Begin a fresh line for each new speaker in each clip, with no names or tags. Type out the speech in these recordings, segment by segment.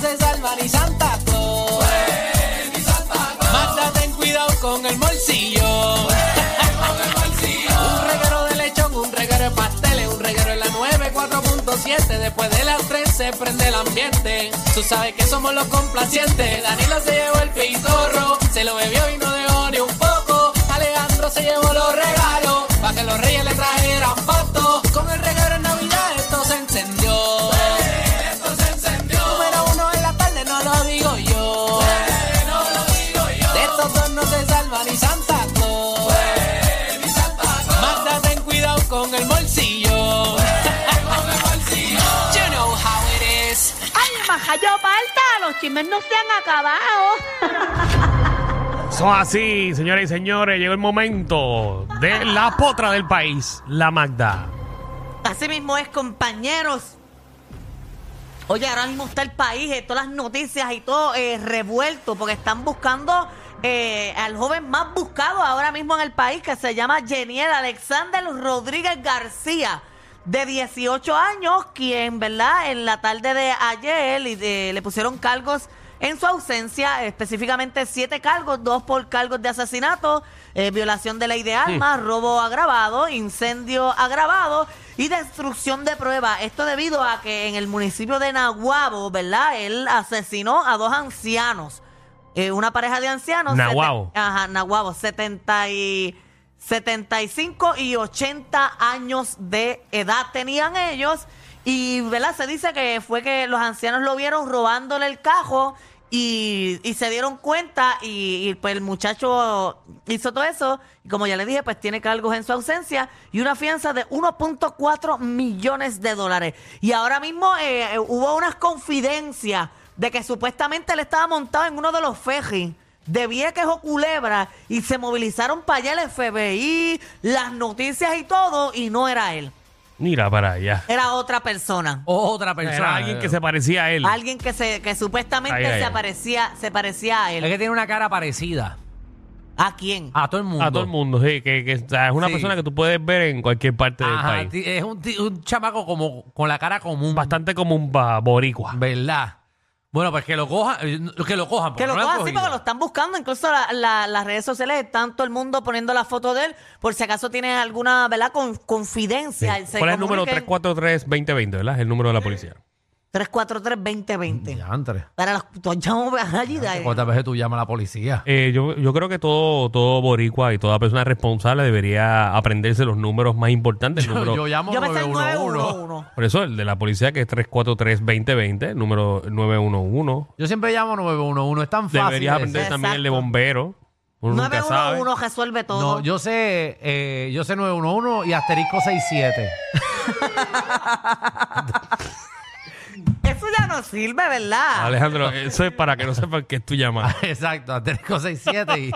se salva ni Santa Claus. Magda, ten cuidado con el morcillo. un reguero de lechón, un reguero de pasteles, un reguero en la 9, 4.7. Después de las 3 se prende el ambiente. Tú sabes que somos los complacientes. Danilo se llevó el pitorro, se lo bebió y no dejó ni un poco. Alejandro se llevó los regalos, para que los reyes le trajeran pasto. Con el reguero en Navidad esto se encendió. esto se encendió. Número uno en la tarde, no lo digo yo. De estos dos no se salva ni Santa Claus. Magda, ten cuidado con el bolsillo. You know how it is.
¡Ay, majayo falta! ¡Los chismes no se han acabado!
Son así, señoras y señores. Llegó el momento de la potra del país, la Magda.
Así mismo es, compañeros. Oye, ahora mismo está el país, eh, todas las noticias y todo eh, revuelto, porque están buscando eh, al joven más buscado ahora mismo en el país, que se llama Geniel Alexander Rodríguez García, de 18 años, quien, ¿verdad? En la tarde de ayer y de- le pusieron cargos en su ausencia, específicamente siete cargos, dos por cargos de asesinato, eh, violación de ley de armas, robo agravado, incendio agravado y destrucción de pruebas. Esto debido a que en el municipio de Nahuabo, ¿verdad? Él asesinó a dos ancianos. Eh, una pareja de ancianos.
Nahuabo.
seten- Ajá, Nahuabo, 70 y 75 y 80 años de edad tenían ellos. Y, ¿verdad? Se dice que fue que los ancianos lo vieron robándole el cajo y, y se dieron cuenta y, y, pues el muchacho hizo todo eso. Y como ya le dije, pues tiene cargos en su ausencia y una fianza de 1.4 millones de dólares. Y ahora mismo eh, eh, hubo unas confidencias de que supuestamente él estaba montado en uno de los fejis de Vieques o Culebra y se movilizaron para allá el FBI, las noticias y todo, y no era él,
Mira para allá.
era otra persona.
Oh.
Otra persona.
Era alguien que se parecía a él.
Alguien que se que supuestamente
Ahí, ahí,
se
ahí.
parecía se parecía a
Es
él.
que tiene una cara parecida
¿A quién?
Ah,
a todo el mundo.
A todo el mundo, sí. Que, que, o sea, es una
Sí.
persona que tú puedes ver en cualquier parte
Ajá,
del país.
ti- es un, ti- un chamaco como con la cara común.
Bastante común para boricua.
¿Verdad? Bueno, pues que lo cojan. eh, Que lo cojan.
Que lo
no han
cojan así
cogido.
porque lo están buscando. Incluso la- la- las redes sociales están todo el mundo poniendo la foto de él por si acaso tiene alguna ¿verdad? Con-
Sí.
confidencia. Se
¿Cuál es el número?
comuniquen.
343-2020, ¿verdad? Es el número de la policía.
343-2020.
Diantre.
Para los... Yo, allí, de ahí.
¿Cuántas veces tú llamas a la policía?
Eh, yo, yo creo que todo, todo boricua y toda persona responsable debería aprenderse los números más importantes. el número-
Yo llamo
Yo pensé en
911.
911.
Por eso el de la policía que es 343-2020, el número 911.
Yo siempre llamo 911. Es tan fácil.
Deberías aprender
ese.
también el de
Exacto.
bombero. Uno nunca sabe.
911 resuelve todo.
No, yo sé, eh, yo sé 911 y asterisco 67.
Eso ya no sirve, ¿verdad?
Alejandro, eso es para que no sepan que es tu llamada.
Exacto, asterisco 67 y...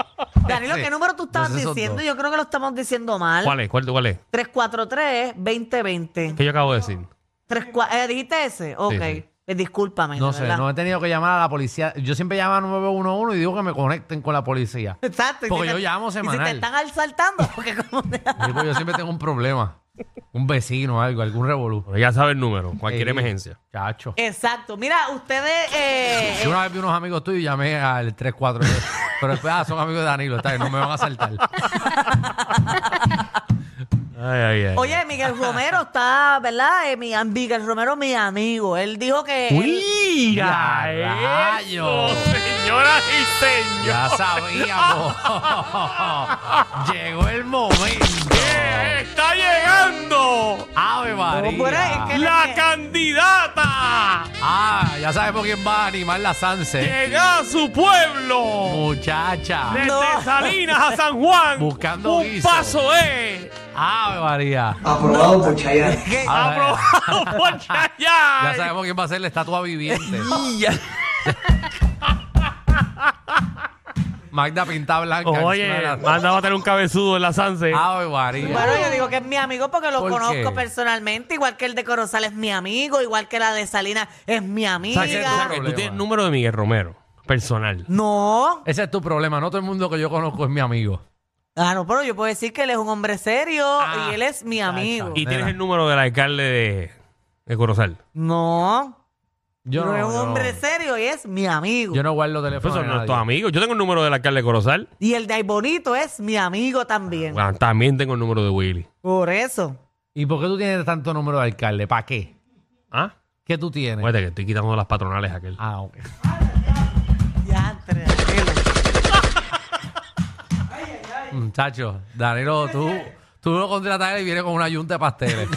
Danilo, ¿qué número tú estabas
Entonces son
diciendo?
dos.
Yo creo que lo estamos diciendo mal.
¿Cuál es? ¿Cuál, cuál es?
343-2020.
¿Qué yo acabo de decir?
Tres cua- eh, ¿Dijiste ese? Ok.
sí.
Eh, discúlpame.
No
de
sé,
verdad.
no he tenido que llamar a la policía. Yo siempre llamo a 911 y digo que me conecten con la policía.
Exacto. y
Porque yo
te-
llamo
Y si te
semanal.
están asaltando, porque como...
Sí, porque yo siempre tengo un problema. Un vecino, algo, algún revolú.
Bueno, ya sabe el número, cualquier
Sí,
emergencia.
Chacho.
Exacto. Mira, ustedes... eh,
Yo una vez vi unos amigos tuyos y llamé al 3-4. Pero después, ah, son amigos de Danilo, está bien, no me van a saltar.
Ay, ay, ay.
eh, Oye, Miguel Romero está, ¿verdad? Eh, mi, Miguel Romero, mi amigo. Él dijo que... él-
¡Mira!
¡Ya, rayo!
eso, Señoras y señores.
Ya sabíamos. Llegó el momento.
¡Eh, ¡Está llegando!
¡Ave
fuera, es
María!
que-
¡La candidata!
Ah, ya sabemos quién va a animar la Sanse.
¡Llega a su pueblo!
Muchacha.
Desde
No.
Salinas a San Juan.
Buscando
Un
guiso.
paso es.
¡Ave María!
Aprobado por Chayanne.
Ave María.
Aprobado por
Ya
Chayanne.
sabemos quién va a ser la estatua viviente. Magda pinta blanca. encima de
Oye, Ah,
la-
mandaba a tener un cabezudo en la Sanse.
Ave María.
Bueno, yo digo que es mi amigo porque lo
¿Por
conozco
qué?
personalmente, igual que el de Corozal es mi amigo, igual que la de Salinas es mi amiga.
¿Sabes qué? Tú sabes que-
Tú tienes el número de Miguel Romero, personal.
No.
Ese es tu problema. No todo el mundo que yo conozco es mi amigo.
Ah, no, pero yo puedo decir que él es un hombre serio
Ah,
y él es mi amigo.
Y tienes
nena.
el número del alcalde de, de Corozal.
No.
Yo
no,
no,
es un
yo no.
hombre serio y es mi amigo.
Yo no guardo
Pues
teléfono.
son
de nadie.
nuestros amigos. Yo tengo el número del alcalde de Corozal.
Y el de ahí bonito es mi amigo también.
Ah, también tengo el número de Willy.
Por eso.
¿Y por qué tú tienes tanto número de alcalde? ¿Para qué?
¿Ah?
¿Qué tú tienes?
Acuérdate que estoy quitando las patronales a aquel.
Ah, ok.
Ya, tranquilo.
Muchachos, Danilo, tú, tú lo contratas a él y viene con una yunta de pasteles.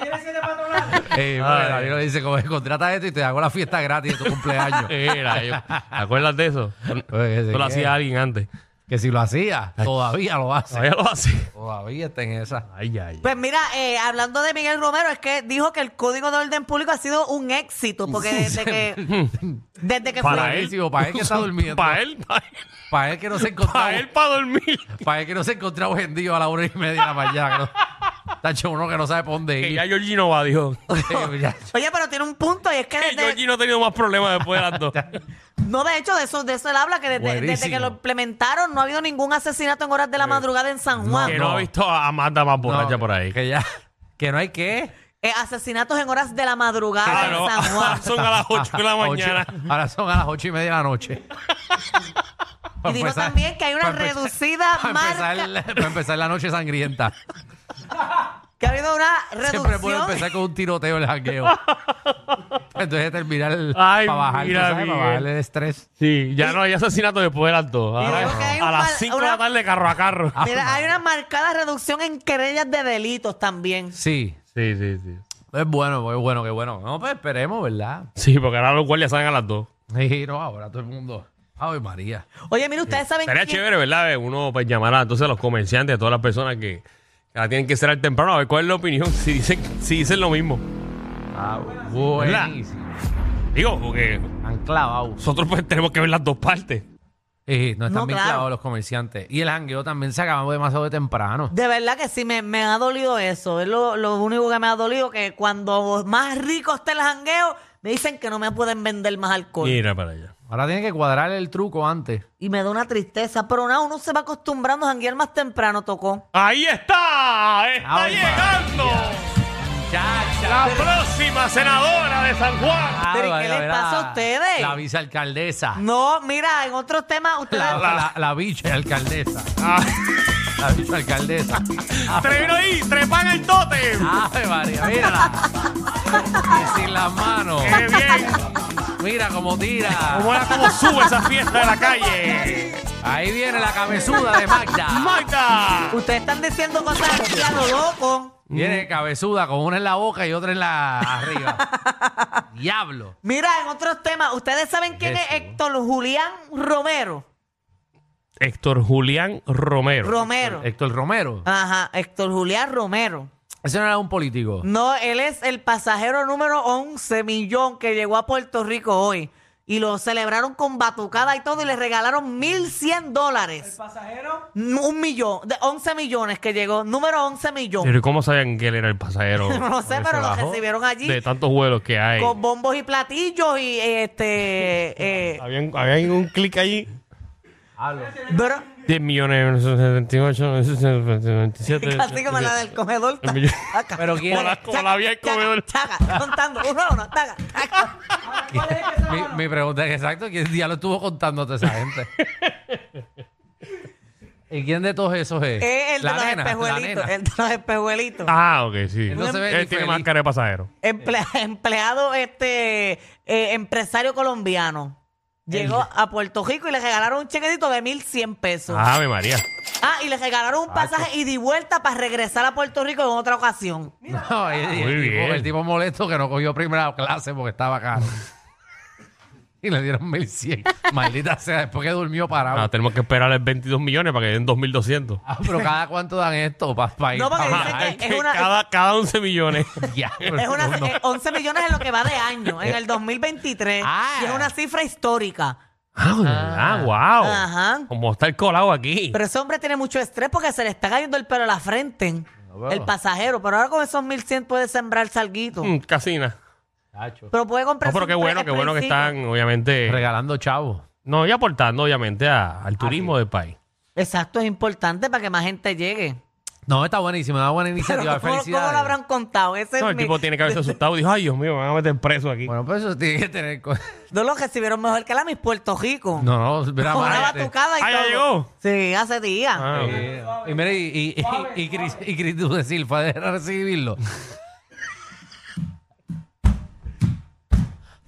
¿Tiene siete patronales? Eh, bueno,
Ay.
Danilo dice, como, contrata esto y te hago la fiesta gratis de tu cumpleaños.
Era yo. ¿Te acuerdas de eso?
Oye, ese
Eso lo
qué.
hacía alguien antes.
Que si lo hacía, todavía lo hace.
Todavía lo hace.
Todavía está en esa.
Ay, ay.
Pues mira, eh, hablando de Miguel Romero, es que dijo que el Código de Orden Público ha sido un éxito, porque desde que, desde que
Para
fue...
él.
Buenísimo, para él que está durmiendo.
Para él, para él.
Para él que no
Para
se encontraba,
él, para dormir.
para él que no se encontraba vendido a la una y media de la mañana. que no- Tacho, uno que no sabe por dónde
Que
ir.
ya Georgino va, dijo.
Eh, ya-
Oye, pero tiene un punto, y es que
Que
desde-
Georgino ha tenido más problemas después de las dos.
No, de hecho, de eso, de eso él habla, que desde,
Buenísimo.
desde que lo implementaron no ha habido ningún asesinato en horas de la madrugada en San Juan.
que no, ha visto a Amanda más borracha
No,
por ahí.
Que ya, que no hay que.
Eh, asesinatos en horas de la madrugada
Ah, no.
en San
Ahora
Juan.
son a las 8 de la
Ocho-
mañana.
ahora son a las ocho y media de la noche.
Y dijo también que hay una reducida
Para
marca,
empezar, para empezar la noche sangrienta.
que ha habido una
Siempre puedo
reducción
empezar con un tiroteo en el jangueo. Entonces terminar el-
Ay,
para bajar, tú
mira,
sabes, para
Miguel.
bajarle el estrés.
Sí, ya no hay asesinato después de las dos. Ahora
digo que hay un
a las
mal-
5 de la
una-
tarde, carro a carro.
Mira, hay una marcada reducción en querellas de delitos también.
Sí.
Sí, sí, sí.
Es bueno, es bueno, qué bueno. No, pues esperemos, ¿verdad?
Sí, porque ahora los guardias salen a las dos.
Sí, no, ahora todo el mundo. Ay, María.
Oye, mire, ustedes saben
Sería
quién-
chévere, ¿verdad? Eh, Uno pues llamar a entonces a los comerciantes, a todas las personas que, que la tienen que cerrar temprano, a ver cuál es la opinión, si dicen, si dicen lo mismo.
Ah, buenísimo.
Digo, porque
Han clavado.
nosotros pues tenemos que ver las dos partes.
Sí, no están
No,
bien
claro.
clavados los comerciantes. Y el jangueo también se acabó demasiado de temprano.
De verdad que sí, me, me ha dolido eso. Es lo, lo único que me ha dolido, que cuando más rico esté el jangueo, me dicen que no me pueden vender más alcohol.
Mira para allá.
Ahora tienen que cuadrar el truco antes.
Y me da una tristeza. Pero nada, uno se va acostumbrando a janguear más temprano, tocó.
¡Ahí está! ¡Está
Ay,
llegando!
Chacha.
La próxima senadora de San Juan.
Ah,
Pero, ¿y qué
vaya,
les
verá,
pasa a ustedes?
La vicealcaldesa.
No, mira, en otros temas, ustedes.
La, la, la vicealcaldesa.
Ah,
La vicealcaldesa.
tres vino ahí, trepan el totem.
Ave María, mírala. Y sin las manos.
¡Qué bien!
Mira cómo tira.
¿Cómo, era, ¿Cómo sube esa fiesta de la calle?
Ahí viene la cabezuda de Magda.
¡Magda!
Ustedes están diciendo cosas aquí a lo loco.
Viene cabezuda con una en la boca y otra en la arriba. Diablo.
Mira, en otros temas, ustedes saben quién es
Eso.
Héctor Julián Romero.
Héctor Julián Romero.
Romero.
Héctor Romero.
Ajá, Héctor Julián Romero.
Ese no era un político.
No, él es el pasajero número 11 millón que llegó a Puerto Rico hoy. Y lo celebraron con batucada y todo y le regalaron 1.100 dólares. ¿El pasajero? Un millón, de 11 millones que llegó, número 11 millón.
Pero ¿y ¿cómo sabían que él era el pasajero?
No lo sé,
se
pero lo
bajó
recibieron allí
De tantos vuelos que hay.
con bombos y platillos y eh, este... eh,
Habían, habían un clic allí.
pero
10 millones, 78, 27.
casi como la del comedor. ta-
millón.
taca,
Pero ¿quién-
Como la-
taca,
como
taca,
la vieja del
taca,
comedor.
taca, contando, uno a uno, taca, taca.
Mi, mi pregunta es exacto, ¿quién día lo estuvo contando a toda esa gente? ¿Y quién de todos esos es?
Eh, el de
la
los
nena, la
espejuelitos,
nena.
el de los espejuelitos.
Ah, ok, sí.
Él no se ve ni
él tiene
feliz.
más cara de pasajero.
Emple- empleado, este eh, empresario colombiano. Llegó a Puerto Rico y le regalaron un chequecito de 1.100 pesos. Ah,
Ave María.
y le
Ah,
regalaron un pasaje ida y vuelta para regresar a Puerto Rico en otra ocasión.
No, y- y
Muy
el,
bien.
tipo, el tipo molesto que no cogió primera clase porque estaba caro. y le dieron 1100. Maldita sea, después que durmió parado.
Ah, tenemos que esperar el 22 millones para que den 2.200.
Ah, pero cada cuánto dan esto para ir.
No, porque
pa-
dicen
ay,
que- Es una-
cada, cada 11 millones.
diablo,
Es una,
no, no.
eh, 11 millones en lo que va de año, en el 2023.
Ah.
Y es una cifra histórica.
ah,
Oh.
wow.
Ajá.
Como está el colado aquí.
Pero ese hombre tiene mucho estrés porque se le está cayendo el pelo a la frente.
pero-
El pasajero. Pero ahora con esos 1.100 puede sembrar salguito.
Mm, casina.
Chacho.
Pero puede comprar...
No, pero qué
sus
bueno, qué bueno que
spraycitos.
están, obviamente.
Eh, Regalando chavos.
No, y aportando, obviamente, a- al turismo del país.
Exacto, es importante para que más gente llegue.
No, está buenísimo, una buena
Pero
iniciativa.
¿cómo, cómo
Felicidades.
lo habrán contado? Ese
No,
es
el
mi-
tipo tiene que haberse asustado y dijo, ay, Dios mío, me van a meter preso aquí.
Bueno, pues eso tiene que tener. co-
No lo recibieron mejor que la Miss Puerto Rico.
No, no, mira,
Con una
madre.
batucada y
Ah, ya
todo.
llegó.
Sí, hace días.
Ah, ok.
Eh, y mira, y, y, y, y Cris- y Cris Dudesil fue a dejar recibirlo.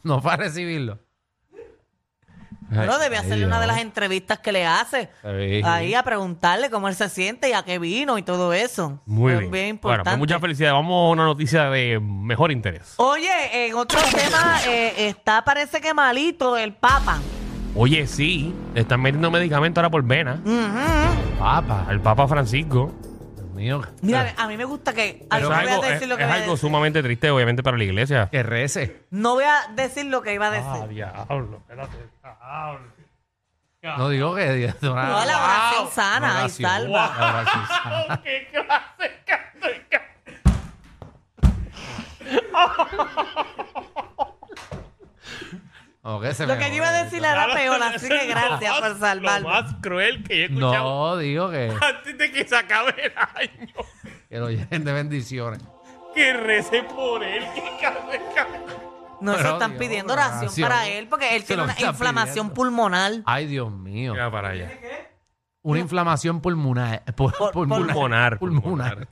no fue a recibirlo.
Pero debe
Ay,
hacerle
Dios.
una de las entrevistas que le hace.
Ay.
Ahí a preguntarle cómo él se siente y a qué vino y todo eso.
Muy
Es
bien.
importante.
Bueno, pues muchas felicidades. Vamos a una noticia de mejor interés.
Oye, en otro tema eh, está, parece que malito, el Papa.
Oye, sí, le están metiendo medicamento ahora por vena
Ujú.
Papa.
al Papa Francisco.
Dios mío.
Mira, a mí me gusta que. Ay,
Eso
no
Eh. es
voy a
algo,
decir
es-
lo que
es
voy a
algo
decir.
sumamente triste, obviamente, para la iglesia.
Que rece.
No voy a decir lo que iba a
Ah,
decir.
diablo, espérate, diablo.
No digo que. de- de
Ah,
una-
no, la oración sana
Una
y
oración.
salva.
Una oración sana.
¿Qué clase de canto es que-
No, que se
Lo
me
que yo iba a
jode.
decir era peor, así que gracias por
Lo
salvarme.
más cruel que he escuchado
No, digo que.
antes de que se acabe el año.
Que lo llenen de bendiciones.
Que rece por él. Que clase de canto.
No se
Pero
están
Dios,
pidiendo oración
oración.
para él porque él
Se
tiene
lo
una
están
inflamación
pidiendo.
pulmonar.
Ay, Dios mío.
Ya para allá.
Una inflamación pulmonar. Pul-
Por-
Pulmonar.
Pulmonar.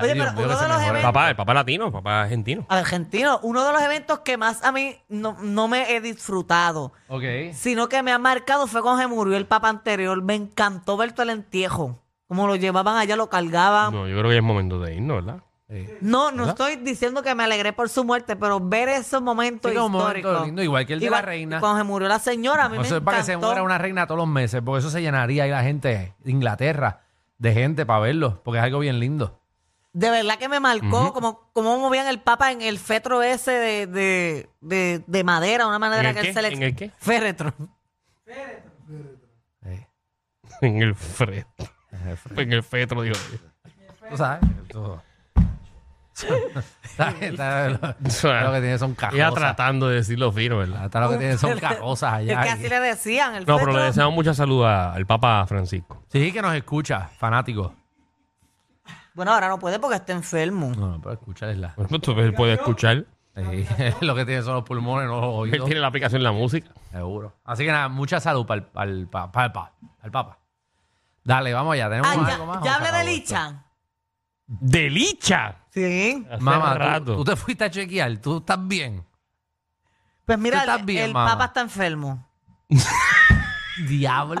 Oye, pero uno de los eventos-
Papá, eh, el papá latino, papá argentino.
Argentino, uno de los eventos que más a mí no, no me he disfrutado,
Ok.
sino que me ha marcado fue cuando se murió el papa anterior. Me encantó ver todo el entierro. Como lo llevaban allá, lo cargaban.
No, yo creo que ya es momento de irnos, ¿verdad?
Sí.
No, no estoy diciendo que me alegré por su muerte, pero ver esos momentos
Sí, como un momento
históricos.
lindo, igual que el de la reina.
Cuando se murió la señora, a mí
O
me
sea, es
encantó.
para que se muera una reina todos los meses, porque eso se llenaría ahí la gente de Inglaterra, de gente para verlo, porque es algo bien lindo.
De verdad que me marcó como, como movían el papa en el fetro ese de, de, de, de madera, una manera
¿En el
que
qué?
él se le...
¿En el qué?
Féretro.
Sí.
En el fret. Pues En el fetro, digo.
Tú sabes. Tú... ¿Sabes? Está- lo, lo que tiene son
Ella
cajosas.
tratando de decirlo fino, ¿verdad?
Está lo que tiene son cajosas allá.
Es que así le decían, el
No,
féretro.
pero le deseamos mucha salud a- al Papa Francisco.
Sí, que nos escucha, fanático.
Bueno, ahora no puede porque está enfermo.
No, no, pero escucharla.
Bueno, tú Pues, él puede escuchar.
lo que tiene son los pulmones, no los
Él
oídos.
tiene la aplicación en la música.
Seguro. Así que nada, mucha salud para el, pa- pa'l pa- al papa. Dale, vamos allá. Tenemos
Ah,
algo más.
ya,
o
ya
se
hablé de
acabó esto?
Licha.
¡Delicha!
Sí.
Hace
Mamá,
rato.
tú, tú te fuiste a chequear, tú estás bien.
Pues mira,
estás
el,
bien,
el
mamá?
papa está enfermo.
Diablo.